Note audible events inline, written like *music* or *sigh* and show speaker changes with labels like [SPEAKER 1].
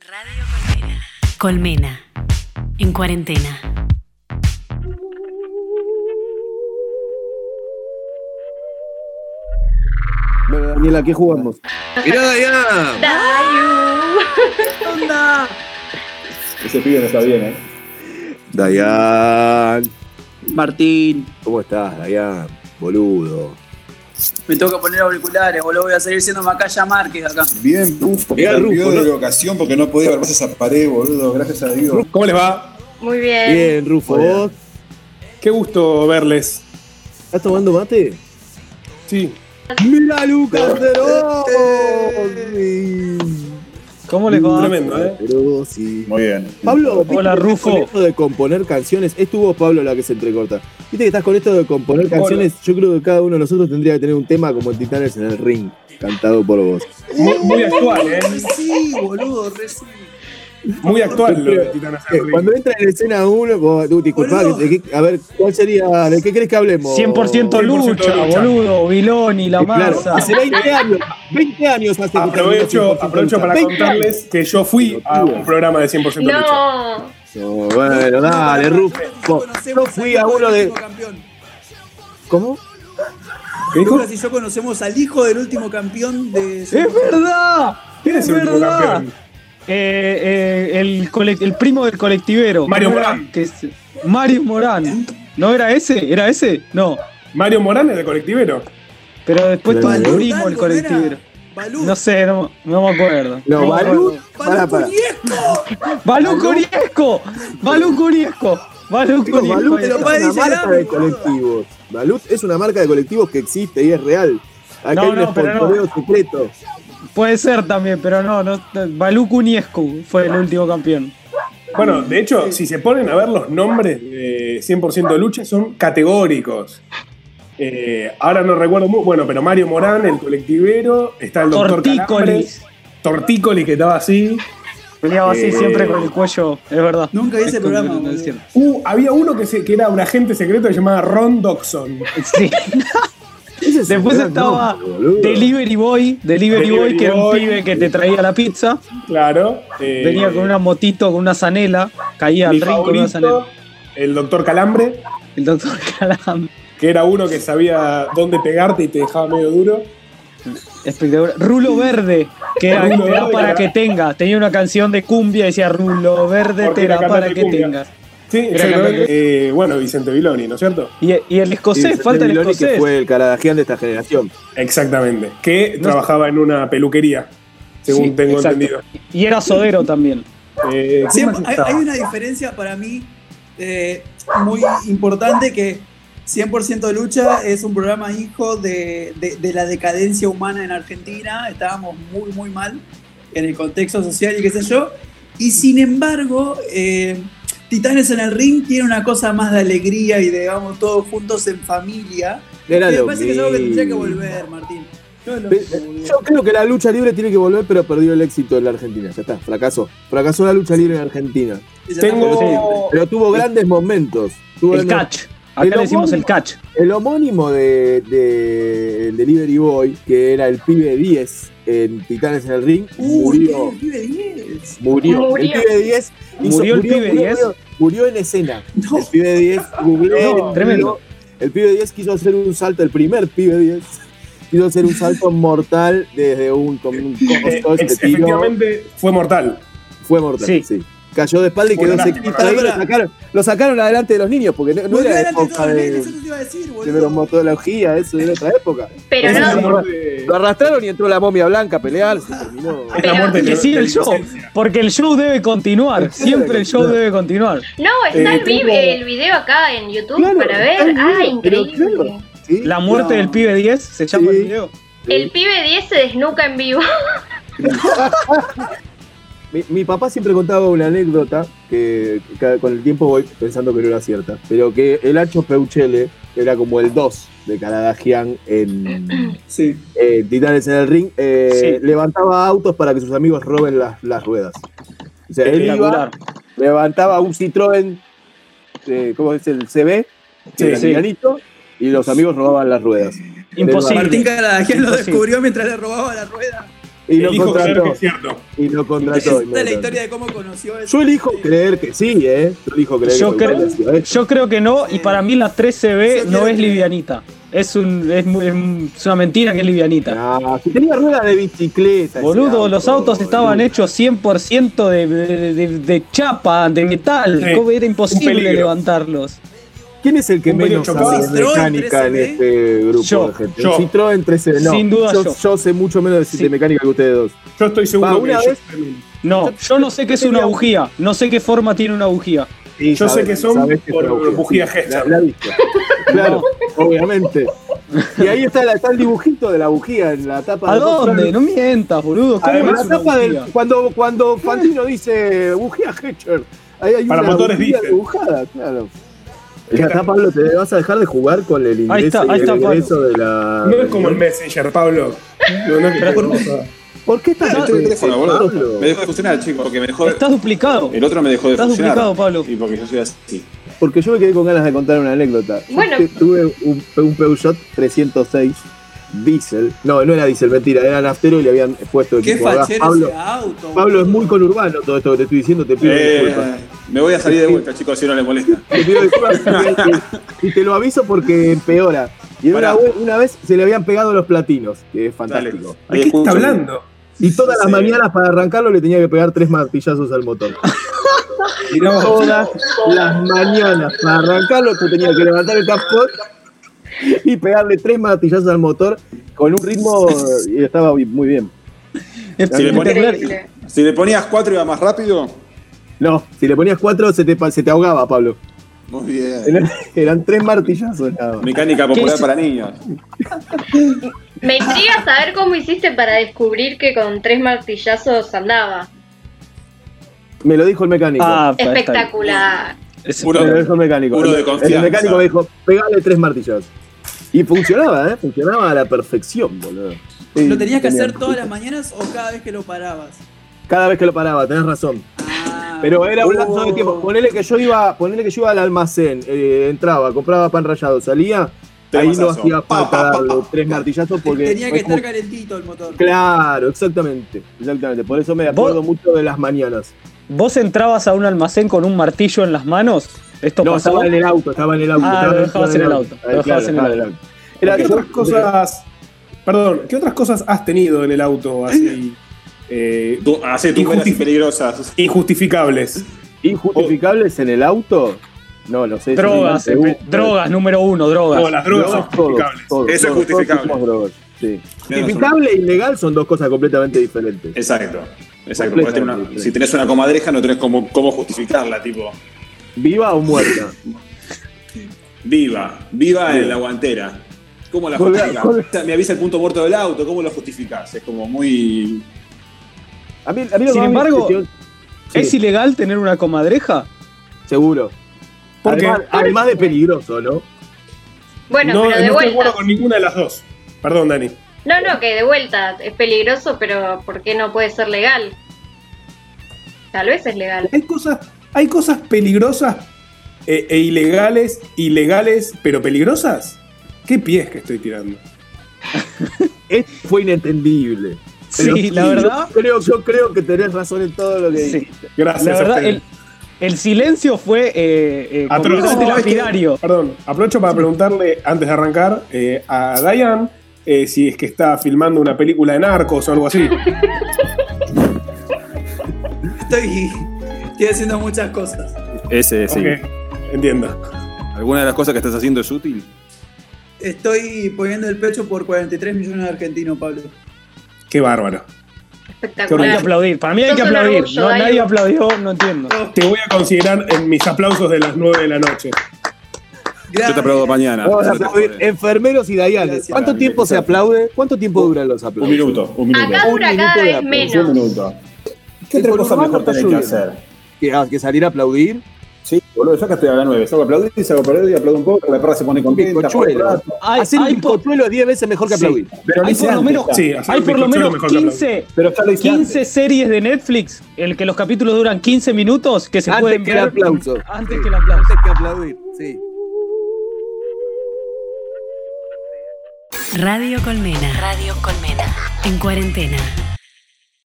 [SPEAKER 1] Radio Colmena. Colmena. En cuarentena.
[SPEAKER 2] Bueno, Daniela, ¿qué jugamos?
[SPEAKER 3] ¡Mirá ya!
[SPEAKER 2] Ese pibe no está bien, ¿eh?
[SPEAKER 3] Dayan,
[SPEAKER 4] Martín,
[SPEAKER 3] ¿cómo estás, Dayan? Boludo.
[SPEAKER 4] me tengo que poner auriculares, boludo, voy a salir siendo Macaya Márquez acá.
[SPEAKER 5] Bien, Rufo, que
[SPEAKER 3] Bien,
[SPEAKER 5] cambió
[SPEAKER 3] Rufo, ¿no?
[SPEAKER 5] de locación porque no podía ver más esa pared, boludo. Gracias a Dios. ¿Cómo les va?
[SPEAKER 6] Muy bien.
[SPEAKER 3] Bien, Rufo,
[SPEAKER 2] Hola.
[SPEAKER 3] ¿vos?
[SPEAKER 7] Qué gusto verles.
[SPEAKER 2] ¿Estás tomando mate?
[SPEAKER 7] Sí.
[SPEAKER 3] ¡Mira, Lucas Derossi!
[SPEAKER 7] ¿Cómo les va? Tremendo, ¿eh?
[SPEAKER 2] Derossi.
[SPEAKER 5] Muy bien.
[SPEAKER 2] Pablo, ¿viste
[SPEAKER 7] Hola,
[SPEAKER 2] que estás
[SPEAKER 7] Rufo.
[SPEAKER 2] Con esto de componer canciones, es tu voz, Pablo, la que se entrecorta. Viste que estás con esto de componer
[SPEAKER 7] Hola.
[SPEAKER 2] canciones. Yo creo que cada uno de nosotros tendría que tener un tema como en Titanes en el ring, cantado por vos.
[SPEAKER 7] Muy, muy actual, ¿eh?
[SPEAKER 4] Sí, boludo, re sí.
[SPEAKER 7] Muy actual lo de Titán
[SPEAKER 2] Eh, Cuando entra en escena uno, vos, tú, disculpá,
[SPEAKER 4] Boludo.
[SPEAKER 2] que- de qué- a ver, ¿cuál sería? ¿De qué crees que hablemos?
[SPEAKER 8] 100%
[SPEAKER 7] 100%
[SPEAKER 8] lucha,
[SPEAKER 7] lucha.
[SPEAKER 8] boludo, Viloni, la
[SPEAKER 2] Eh, claro,
[SPEAKER 8] masa.
[SPEAKER 2] hace 20 años, 20 años hace que terminó
[SPEAKER 7] Aprovecho,
[SPEAKER 2] 100%
[SPEAKER 7] aprovecho para
[SPEAKER 2] 20 años.
[SPEAKER 7] contarles que yo fui a un programa de 100% lucha.
[SPEAKER 6] No.
[SPEAKER 2] No, bueno, dale, Rufo. Yo fui a uno de.
[SPEAKER 4] Campeón.
[SPEAKER 2] ¿Cómo?
[SPEAKER 7] ¿Qué dijo?
[SPEAKER 4] Lucas y yo conocemos al hijo del último campeón de.
[SPEAKER 8] ¡Es verdad!
[SPEAKER 7] ¿Quién es el último
[SPEAKER 8] verdad!
[SPEAKER 7] campeón?
[SPEAKER 8] Eh, eh, el, colec- el primo del colectivero.
[SPEAKER 7] Mario
[SPEAKER 8] ¿Cómo era?
[SPEAKER 7] Morán.
[SPEAKER 8] Que es- Mario Morán. ¿No era ese? ¿Era ese? No.
[SPEAKER 7] Mario Morán es de colectivero.
[SPEAKER 8] pero después tuvo un
[SPEAKER 2] Balú.
[SPEAKER 8] primo el colectivero.
[SPEAKER 4] Balú.
[SPEAKER 8] No sé, no, no me acuerdo.
[SPEAKER 2] No,
[SPEAKER 8] me
[SPEAKER 2] Balú.
[SPEAKER 8] acuerdo.
[SPEAKER 2] Para, para.
[SPEAKER 8] Balú Coriesco. Balú Coriesco. Balú
[SPEAKER 2] Chicos,
[SPEAKER 8] Coriesco.
[SPEAKER 2] Balut
[SPEAKER 4] te lo
[SPEAKER 2] es
[SPEAKER 4] puede
[SPEAKER 2] una
[SPEAKER 4] llenar,
[SPEAKER 2] marca de
[SPEAKER 4] boludo.
[SPEAKER 2] colectivos. Balut es una marca de colectivos que existe y es real. Acá
[SPEAKER 8] No,
[SPEAKER 2] hay un
[SPEAKER 8] no, pero
[SPEAKER 2] espontoreo secreto.
[SPEAKER 8] Puede ser también, pero no. no Balú Cuniesco fue el último campeón.
[SPEAKER 7] Bueno, de hecho, si se ponen a ver los nombres de 100% lucha, son categóricos. Eh, ahora no recuerdo muy. Bueno, pero Mario Morán, el colectivero, está el doctor
[SPEAKER 8] Tortícolis.
[SPEAKER 7] Calambres, Tortícolis, que estaba así.
[SPEAKER 8] Peleaba así
[SPEAKER 7] Eh.
[SPEAKER 8] siempre con el cuello, es verdad.
[SPEAKER 4] Nunca vi ese
[SPEAKER 8] Es
[SPEAKER 4] programa,
[SPEAKER 8] como-
[SPEAKER 4] boludo.
[SPEAKER 8] es cierto.
[SPEAKER 7] Uh, había uno que, se- que era un agente secreto que se llamaba Ron Doxon.
[SPEAKER 8] Sí.
[SPEAKER 2] Ese es
[SPEAKER 8] *laughs* Después
[SPEAKER 2] un gran
[SPEAKER 8] estaba
[SPEAKER 2] nombre, boludo.
[SPEAKER 8] Delivery Boy, Delivery,
[SPEAKER 7] Delivery
[SPEAKER 8] Boy, que era un
[SPEAKER 7] Boy.
[SPEAKER 8] pibe que te traía la pizza,
[SPEAKER 7] Claro. eh,
[SPEAKER 8] venía con una motito, con una zanela, caía al
[SPEAKER 7] mi
[SPEAKER 8] ring con
[SPEAKER 7] favorito,
[SPEAKER 8] una zanela.
[SPEAKER 7] el doctor Calambre,
[SPEAKER 8] El doctor *laughs* Calam,
[SPEAKER 7] que era uno que sabía dónde pegarte y te dejaba medio duro.
[SPEAKER 8] espectacular. Rulo Verde, que era
[SPEAKER 7] Rulo
[SPEAKER 8] te da
[SPEAKER 7] Verde,
[SPEAKER 8] para
[SPEAKER 7] claro.
[SPEAKER 8] que tengas. Tenía una canción de cumbia y decía Rulo Verde
[SPEAKER 7] Porque
[SPEAKER 8] te da
[SPEAKER 7] era
[SPEAKER 8] para
[SPEAKER 7] cantante
[SPEAKER 8] que
[SPEAKER 7] de cumbia.
[SPEAKER 8] tengas.
[SPEAKER 7] Sí,
[SPEAKER 8] exactamente.
[SPEAKER 7] exactamente. Eh, bueno, Vicente Viloni, ¿no es cierto?
[SPEAKER 8] Y, y el
[SPEAKER 2] Sí,
[SPEAKER 8] escocés,
[SPEAKER 2] Vicente
[SPEAKER 8] falta el
[SPEAKER 2] Miloni, que
[SPEAKER 8] escocés.
[SPEAKER 2] fue el caradagian de esta generación.
[SPEAKER 7] Exactamente. Que
[SPEAKER 8] No-
[SPEAKER 7] trabajaba en una peluquería, según
[SPEAKER 8] Sí,
[SPEAKER 7] tengo
[SPEAKER 8] exacto.
[SPEAKER 7] entendido.
[SPEAKER 8] Y era Sodero también.
[SPEAKER 7] Eh, ¿quién
[SPEAKER 4] Siempre-
[SPEAKER 7] más
[SPEAKER 4] hay,
[SPEAKER 7] estaba?
[SPEAKER 4] hay una diferencia para mí eh, muy importante que 100% lucha es un programa hijo de, de- de la decadencia humana en Argentina. Estábamos muy, muy mal en el contexto social y qué sé yo. Y sin embargo, eh, Titanes en el Ring tiene una cosa más de alegría y de vamos todos juntos en familia.
[SPEAKER 2] Era
[SPEAKER 4] Y me
[SPEAKER 2] lo
[SPEAKER 4] parece que es algo que tendría que
[SPEAKER 2] mismo.
[SPEAKER 4] volver, Martín. No es lo
[SPEAKER 2] Pe-
[SPEAKER 4] mismo, boludo.
[SPEAKER 2] Yo creo que la lucha libre tiene que volver, pero perdió el éxito en la Argentina. Ya está, fracasó. Fracasó la lucha libre en Argentina.
[SPEAKER 4] Y ya
[SPEAKER 7] Tengo-
[SPEAKER 4] está.
[SPEAKER 2] Pero tuvo grandes momentos. Tuvo
[SPEAKER 8] El
[SPEAKER 2] grandes-
[SPEAKER 8] catch. Acá le decimos el catch.
[SPEAKER 2] El homónimo de, de el Delivery Boy, que era el pibe 10 en Titanes en el Ring,
[SPEAKER 4] Uy,
[SPEAKER 2] murió.
[SPEAKER 4] qué Uh, pibe 10.
[SPEAKER 2] Murió.
[SPEAKER 6] Murió.
[SPEAKER 2] El pibe 10 hizo-
[SPEAKER 8] ¿Murió el pibe
[SPEAKER 2] murió,
[SPEAKER 8] 10?
[SPEAKER 2] murió, murió en escena.
[SPEAKER 4] No.
[SPEAKER 2] El pibe 10 googleé,
[SPEAKER 7] No,
[SPEAKER 8] tremendo.
[SPEAKER 2] El pibe 10 quiso hacer un salto, el primer pibe 10 *laughs* quiso hacer un salto mortal desde un, con un
[SPEAKER 7] Eh,
[SPEAKER 2] costo,
[SPEAKER 7] ex-
[SPEAKER 2] se tiró,
[SPEAKER 7] efectivamente, fue mortal.
[SPEAKER 2] fue mortal.
[SPEAKER 8] Sí.
[SPEAKER 2] Sí. Cayó de espalda y
[SPEAKER 7] Fue
[SPEAKER 2] quedó
[SPEAKER 7] una
[SPEAKER 2] sequito
[SPEAKER 7] lástima,
[SPEAKER 2] ahí, lo
[SPEAKER 4] ¿verdad?
[SPEAKER 2] sacaron, lo sacaron adelante de los niños, porque no, no
[SPEAKER 4] Volvió
[SPEAKER 2] era de
[SPEAKER 4] delante de
[SPEAKER 2] época
[SPEAKER 4] todos los
[SPEAKER 2] de,
[SPEAKER 4] nenes, eso te iba a decir,
[SPEAKER 2] de
[SPEAKER 4] boludo.
[SPEAKER 2] bromatología, eso era otra época.
[SPEAKER 6] Pero
[SPEAKER 7] Esa es la
[SPEAKER 6] no,
[SPEAKER 7] muerte-
[SPEAKER 2] Lo arrastraron y entró la momia blanca a pelear. se terminó.
[SPEAKER 7] es la
[SPEAKER 6] Pero-
[SPEAKER 7] muerte
[SPEAKER 8] Y que
[SPEAKER 7] de-
[SPEAKER 8] sigue
[SPEAKER 7] de
[SPEAKER 8] el show,
[SPEAKER 7] Vicencio.
[SPEAKER 8] porque el show debe continuar. Siempre el show debe continuar.
[SPEAKER 6] no, está
[SPEAKER 7] Eh,
[SPEAKER 6] el, vi-
[SPEAKER 7] tengo-
[SPEAKER 6] el video acá en YouTube
[SPEAKER 2] Claro,
[SPEAKER 6] para
[SPEAKER 2] está
[SPEAKER 6] ver.
[SPEAKER 2] el
[SPEAKER 6] Ah,
[SPEAKER 2] video, pero
[SPEAKER 6] increíble.
[SPEAKER 2] claro. ¿Sí?
[SPEAKER 8] La muerte
[SPEAKER 4] No.
[SPEAKER 8] del pibe 10 se llama
[SPEAKER 2] Sí.
[SPEAKER 8] el video.
[SPEAKER 6] El pibe 10 se desnuca en vivo. *laughs*
[SPEAKER 2] Mi, mi papá siempre contaba una anécdota que, que con el tiempo voy pensando que no era cierta, pero que el Hacho Peuchele era como el 2 de Canadagian
[SPEAKER 4] *clears throat*
[SPEAKER 2] en
[SPEAKER 4] Sí.
[SPEAKER 2] eh, Titanes en el Ring, eh,
[SPEAKER 8] Sí.
[SPEAKER 2] levantaba autos para que sus amigos roben las, las ruedas. O sea, él iba,
[SPEAKER 8] Espectacular.
[SPEAKER 2] levantaba un Citroën, eh, ¿cómo es el CB?
[SPEAKER 7] Sí,
[SPEAKER 2] que era
[SPEAKER 8] sí.
[SPEAKER 2] livianito, Y los amigos robaban las ruedas.
[SPEAKER 8] Imposible.
[SPEAKER 4] Martín Caradagian lo
[SPEAKER 8] Imposible.
[SPEAKER 4] descubrió mientras le robaba la rueda.
[SPEAKER 2] Y lo
[SPEAKER 7] Elijo creer que
[SPEAKER 2] contrató.
[SPEAKER 7] es cierto.
[SPEAKER 2] Y lo
[SPEAKER 4] Esta
[SPEAKER 2] contrató.
[SPEAKER 4] es la
[SPEAKER 2] inmediatamente.
[SPEAKER 4] historia de cómo conoció a
[SPEAKER 2] Yo elijo creer que sí, ¿eh? Yo elijo creer
[SPEAKER 8] Yo
[SPEAKER 2] que
[SPEAKER 8] creo-
[SPEAKER 2] Uruguay hacía esto.
[SPEAKER 8] Yo creo que no, y para mí la 3CB
[SPEAKER 4] Yo
[SPEAKER 8] no
[SPEAKER 4] creo
[SPEAKER 8] es
[SPEAKER 4] que-
[SPEAKER 8] livianita. Es, un, es, muy- es un- es una mentira que es livianita.
[SPEAKER 2] Ah, que tenía ruedas de bicicleta. ese
[SPEAKER 8] Boludo,
[SPEAKER 2] auto,
[SPEAKER 8] los autos estaban
[SPEAKER 2] boludo.
[SPEAKER 8] hechos 100% de, de, de- de chapa, de metal.
[SPEAKER 7] Sí,
[SPEAKER 8] ¿Cómo era
[SPEAKER 7] un
[SPEAKER 8] imposible
[SPEAKER 7] peligro.
[SPEAKER 8] levantarlos?
[SPEAKER 2] ¿Quién es el que
[SPEAKER 7] Un medio
[SPEAKER 2] menos
[SPEAKER 7] chocado.
[SPEAKER 2] sabe de
[SPEAKER 4] Citroën
[SPEAKER 2] mecánica en
[SPEAKER 4] 13B.
[SPEAKER 2] este grupo
[SPEAKER 8] Yo,
[SPEAKER 2] de gente?
[SPEAKER 7] yo.
[SPEAKER 2] El Citroën 13, no.
[SPEAKER 8] Sin duda yo.
[SPEAKER 2] sé mucho menos de,
[SPEAKER 8] Sí.
[SPEAKER 2] de mecánica que ustedes dos.
[SPEAKER 7] Yo estoy seguro
[SPEAKER 2] Va,
[SPEAKER 7] que
[SPEAKER 2] una
[SPEAKER 7] yo,
[SPEAKER 2] vez-
[SPEAKER 8] No, yo no sé qué es una
[SPEAKER 2] tenía-
[SPEAKER 8] bujía. No sé qué forma tiene una bujía.
[SPEAKER 2] Sí,
[SPEAKER 7] Yo sé
[SPEAKER 2] sabes-
[SPEAKER 7] que son
[SPEAKER 2] sabes
[SPEAKER 7] por
[SPEAKER 2] son agujeros.
[SPEAKER 7] bujía
[SPEAKER 2] Sí,
[SPEAKER 7] Gesell.
[SPEAKER 2] La, la
[SPEAKER 7] *laughs*
[SPEAKER 2] viste. Claro, obviamente. Y ahí está, la- está el dibujito de la bujía en la tapa
[SPEAKER 8] ¿A
[SPEAKER 2] de Top
[SPEAKER 8] dónde?
[SPEAKER 2] Gun.
[SPEAKER 8] No mientas, boludo. ¿Cómo
[SPEAKER 2] Además, la
[SPEAKER 8] es una
[SPEAKER 2] tapa del-
[SPEAKER 8] bujía?
[SPEAKER 2] cuando, cuando Fantino dice bujía Hecher, ahí hay
[SPEAKER 7] Para
[SPEAKER 2] una
[SPEAKER 7] motores
[SPEAKER 2] bujía
[SPEAKER 7] diésel.
[SPEAKER 2] dibujada, claro. Ya está, Pablo, te vas a dejar de jugar con el ingreso
[SPEAKER 8] Ahí está,
[SPEAKER 2] y
[SPEAKER 8] ahí
[SPEAKER 2] el
[SPEAKER 8] está, Pablo.
[SPEAKER 2] egreso de la...
[SPEAKER 7] No es como el Messenger, Pablo. No, no, que
[SPEAKER 2] ¿Por qué estás
[SPEAKER 9] Yo tuve el teléfono, boludo.
[SPEAKER 2] Pablo?
[SPEAKER 9] Me dejó de funcionar, chico, porque me dejó.
[SPEAKER 8] Estás duplicado.
[SPEAKER 9] El otro me dejó de
[SPEAKER 8] Estás
[SPEAKER 9] funcionar.
[SPEAKER 8] duplicado, Pablo.
[SPEAKER 9] Y porque yo soy así. Eh,
[SPEAKER 2] Porque yo me quedé con ganas de contar una anécdota. Yo
[SPEAKER 6] Bueno.
[SPEAKER 2] que tuve un, un Peugeot 306 diésel. No, no era diésel, mentira, era naftero y le habían puesto
[SPEAKER 4] Qué
[SPEAKER 2] equipo a gas.
[SPEAKER 4] fachero
[SPEAKER 2] Pablo,
[SPEAKER 4] ese auto.
[SPEAKER 2] Pablo es
[SPEAKER 4] boludo.
[SPEAKER 2] muy conurbano todo esto que te estoy diciendo, te pido
[SPEAKER 9] Eh,
[SPEAKER 2] disculpas.
[SPEAKER 9] me voy a salir de vuelta, chicos, si no les molesta.
[SPEAKER 2] Te pido disculpas
[SPEAKER 9] *laughs*
[SPEAKER 2] y, y te lo aviso porque empeora. Y una,
[SPEAKER 9] Pará.
[SPEAKER 2] vez- una vez se le habían pegado los platinos, que es fantástico.
[SPEAKER 9] Ahí
[SPEAKER 7] ¿De qué
[SPEAKER 9] escucho.
[SPEAKER 7] está hablando?
[SPEAKER 2] Y todas las
[SPEAKER 9] Sí.
[SPEAKER 2] mañanas para arrancarlo le tenía que pegar tres martillazos al motor.
[SPEAKER 7] Mirá vos.
[SPEAKER 2] todas las mañanas. Para arrancarlo, tú tenías que levantar el capot y pegarle tres martillazos al motor con un ritmo y estaba bi- muy bien.
[SPEAKER 9] Si le, ponías,
[SPEAKER 6] Increíble.
[SPEAKER 9] si le ponías cuatro iba más rápido.
[SPEAKER 2] No, si le ponías cuatro se te, pa- se te ahogaba, Pablo.
[SPEAKER 9] Muy bien.
[SPEAKER 2] Eran, eran tres martillazos nada más.
[SPEAKER 9] Mecánica
[SPEAKER 8] ¿Qué
[SPEAKER 9] popular
[SPEAKER 8] hice?
[SPEAKER 9] para niños.
[SPEAKER 6] Me intriga saber cómo hiciste para descubrir que con tres martillazos andaba.
[SPEAKER 2] Me lo dijo el mecánico.
[SPEAKER 8] Ah, pa, está bien.
[SPEAKER 6] Espectacular.
[SPEAKER 8] Es-
[SPEAKER 9] Puro-
[SPEAKER 2] me lo dijo el mecánico.
[SPEAKER 9] Uno de
[SPEAKER 2] El- el
[SPEAKER 9] confianza.
[SPEAKER 2] mecánico me dijo, pegale tres martillazos. Y funcionaba, ¿eh? Funcionaba a la perfección, boludo. Sí,
[SPEAKER 4] ¿Lo tenías que
[SPEAKER 2] tenía-
[SPEAKER 4] hacer todas las mañanas o cada vez que lo parabas?
[SPEAKER 2] Cada vez que lo paraba, tenés razón.
[SPEAKER 4] Ah,
[SPEAKER 2] Pero era un lapso de
[SPEAKER 4] oh.
[SPEAKER 2] tiempo. Ponele que yo iba, ponele que yo iba al almacén, eh, entraba, compraba pan rallado, salía,
[SPEAKER 9] Tres
[SPEAKER 2] ahí no
[SPEAKER 9] mazazos.
[SPEAKER 2] hacía
[SPEAKER 9] Pa,
[SPEAKER 2] falta
[SPEAKER 9] pa, pa,
[SPEAKER 2] darle
[SPEAKER 9] pa, pa.
[SPEAKER 2] tres martillazos porque.
[SPEAKER 4] Tenía que
[SPEAKER 2] es como-
[SPEAKER 4] estar calentito el motor.
[SPEAKER 2] Claro, exactamente, exactamente. Por eso me
[SPEAKER 8] ¿Vos?
[SPEAKER 2] acuerdo mucho de las mañanas.
[SPEAKER 8] ¿Vos entrabas a un almacén con un martillo en las manos? ¿Esto
[SPEAKER 2] No,
[SPEAKER 8] pasaba?
[SPEAKER 2] estaba en el auto, estaba en el auto.
[SPEAKER 8] Ah,
[SPEAKER 2] estaba
[SPEAKER 8] lo dejabas en el auto,
[SPEAKER 2] Ah,
[SPEAKER 8] lo dejabas en el
[SPEAKER 2] estaba
[SPEAKER 8] auto.
[SPEAKER 2] Era
[SPEAKER 7] ¿Qué
[SPEAKER 2] yo-
[SPEAKER 7] otras cosas. Perdón, ¿qué otras cosas has tenido en el auto así? eh,
[SPEAKER 9] Tú, hace tus buenas y
[SPEAKER 7] Injusticia.
[SPEAKER 9] peligrosas.
[SPEAKER 7] injustificables.
[SPEAKER 2] ¿Injustificables
[SPEAKER 9] Oh.
[SPEAKER 2] en el auto? No, no sé.
[SPEAKER 8] Drogas,
[SPEAKER 2] seguramente
[SPEAKER 8] empe-
[SPEAKER 2] hubo.
[SPEAKER 8] drogas, número uno, drogas.
[SPEAKER 7] No, las drogas son
[SPEAKER 2] todos,
[SPEAKER 7] justificables.
[SPEAKER 2] todos,
[SPEAKER 9] Eso es
[SPEAKER 2] todos, todos
[SPEAKER 9] justificable.
[SPEAKER 2] hicimos drogas, sí.
[SPEAKER 9] Tienes razón.
[SPEAKER 2] Justificable e ilegal son dos cosas completamente diferentes.
[SPEAKER 9] Exacto. Exacto. Podés tener una- si tenés una comadreja, no tenés cómo, cómo justificarla, tipo.
[SPEAKER 2] ¿Viva o muerta?
[SPEAKER 9] Viva, viva en la guantera. ¿Cómo la
[SPEAKER 2] Colga-
[SPEAKER 9] justificás?
[SPEAKER 2] colga-
[SPEAKER 9] O sea, Me avisa el punto muerto del auto, ¿cómo lo justificás? Es como muy.
[SPEAKER 2] A mí, a mí lo
[SPEAKER 8] Sin
[SPEAKER 2] que más me
[SPEAKER 8] embargo,
[SPEAKER 2] impresionó-
[SPEAKER 8] ¿Es
[SPEAKER 2] Sí,
[SPEAKER 8] ilegal tener una comadreja?
[SPEAKER 2] seguro.
[SPEAKER 7] ¿Por qué?
[SPEAKER 2] además, además de peligroso, ¿no?
[SPEAKER 6] Bueno,
[SPEAKER 7] no,
[SPEAKER 6] pero
[SPEAKER 7] no estoy
[SPEAKER 6] de
[SPEAKER 7] de
[SPEAKER 6] vuelta.
[SPEAKER 7] acuerdo con ninguna de las dos. Perdón, Dani.
[SPEAKER 6] No, no, que de vuelta es peligroso, pero ¿por qué no puede ser legal? Tal vez es legal.
[SPEAKER 7] Hay cosas, hay cosas peligrosas eh, e, ilegales, ilegales, pero peligrosas. ¿Qué pies que estoy tirando?
[SPEAKER 2] Es- fue inentendible. Pero
[SPEAKER 8] sí, la
[SPEAKER 2] yo
[SPEAKER 8] verdad.
[SPEAKER 2] Creo, yo creo que tenés razón en todo lo que
[SPEAKER 8] sí.
[SPEAKER 2] dijiste.
[SPEAKER 7] Gracias.
[SPEAKER 8] La
[SPEAKER 7] a
[SPEAKER 8] verdad,
[SPEAKER 7] ustedes.
[SPEAKER 8] el, el silencio fue eh, eh,
[SPEAKER 7] Atroz.
[SPEAKER 8] completamente
[SPEAKER 7] No, es que-
[SPEAKER 8] lapidario.
[SPEAKER 7] Perdón, aprovecho para preguntarle antes de arrancar eh, a Diane eh, si es que está filmando una película de narcos o algo
[SPEAKER 6] *laughs*
[SPEAKER 7] así.
[SPEAKER 4] Estoy, estoy haciendo muchas cosas.
[SPEAKER 9] Ese, sí.
[SPEAKER 7] Ok, Entiendo.
[SPEAKER 9] ¿Alguna de las cosas que estás haciendo es útil?
[SPEAKER 4] Estoy poniendo el pecho por 43 millones de argentinos, Pablo.
[SPEAKER 7] Qué bárbaro.
[SPEAKER 8] Hay que
[SPEAKER 6] Espectacular.
[SPEAKER 8] aplaudir. Para mí hay
[SPEAKER 6] Sos
[SPEAKER 8] que
[SPEAKER 6] un
[SPEAKER 8] aplaudir.
[SPEAKER 6] orgullo,
[SPEAKER 8] No,
[SPEAKER 6] Darío.
[SPEAKER 8] nadie aplaudió, no entiendo.
[SPEAKER 7] Te voy a considerar en mis aplausos de las 9 de la noche.
[SPEAKER 9] Yo te aplaudo mañana.
[SPEAKER 2] Vamos a
[SPEAKER 9] No te
[SPEAKER 2] aplaudir
[SPEAKER 9] jode.
[SPEAKER 2] enfermeros y dayanes.
[SPEAKER 4] Gracias.
[SPEAKER 2] ¿Cuánto tiempo se aplaude? ¿Cuánto tiempo duran los
[SPEAKER 9] Ah, Un
[SPEAKER 2] aplausos?
[SPEAKER 9] minuto, un minuto.
[SPEAKER 6] Acá dura cada vez
[SPEAKER 9] Un
[SPEAKER 6] menos.
[SPEAKER 9] minuto.
[SPEAKER 5] ¿Qué
[SPEAKER 2] El
[SPEAKER 5] otra cosa
[SPEAKER 2] conurbano
[SPEAKER 5] mejor
[SPEAKER 2] está
[SPEAKER 5] tenés que
[SPEAKER 2] subiendo.
[SPEAKER 5] hacer?
[SPEAKER 2] ¿Que, ah, que salir a aplaudir?
[SPEAKER 5] Sí, boludo, yo acá estoy a la 9. Salgo a aplaudir, salgo a aplaudir, aplaudo un poco, la perra se pone contenta.
[SPEAKER 2] Bizcochuelo.
[SPEAKER 5] juega un rato.
[SPEAKER 8] Hay,
[SPEAKER 2] Hacer
[SPEAKER 8] hay
[SPEAKER 2] un
[SPEAKER 8] por,
[SPEAKER 2] cochuelo es 10 veces mejor que
[SPEAKER 8] Sí.
[SPEAKER 2] aplaudir.
[SPEAKER 5] Pero lo
[SPEAKER 8] Hay
[SPEAKER 5] hice
[SPEAKER 8] por lo
[SPEAKER 5] antes
[SPEAKER 8] menos
[SPEAKER 5] ya.
[SPEAKER 7] Sí,
[SPEAKER 8] hay por lo menos
[SPEAKER 7] mejor que aplaudir.
[SPEAKER 8] 15,
[SPEAKER 5] Pero ya lo hice
[SPEAKER 8] 15
[SPEAKER 5] antes.
[SPEAKER 8] series de Netflix en que los capítulos duran 15 minutos que se
[SPEAKER 2] Antes
[SPEAKER 8] pueden
[SPEAKER 2] que
[SPEAKER 8] ver
[SPEAKER 2] el aplauso.
[SPEAKER 8] antes que el aplauso.
[SPEAKER 2] que aplaudir, sí.
[SPEAKER 1] Radio Colmena. Radio Colmena. En cuarentena.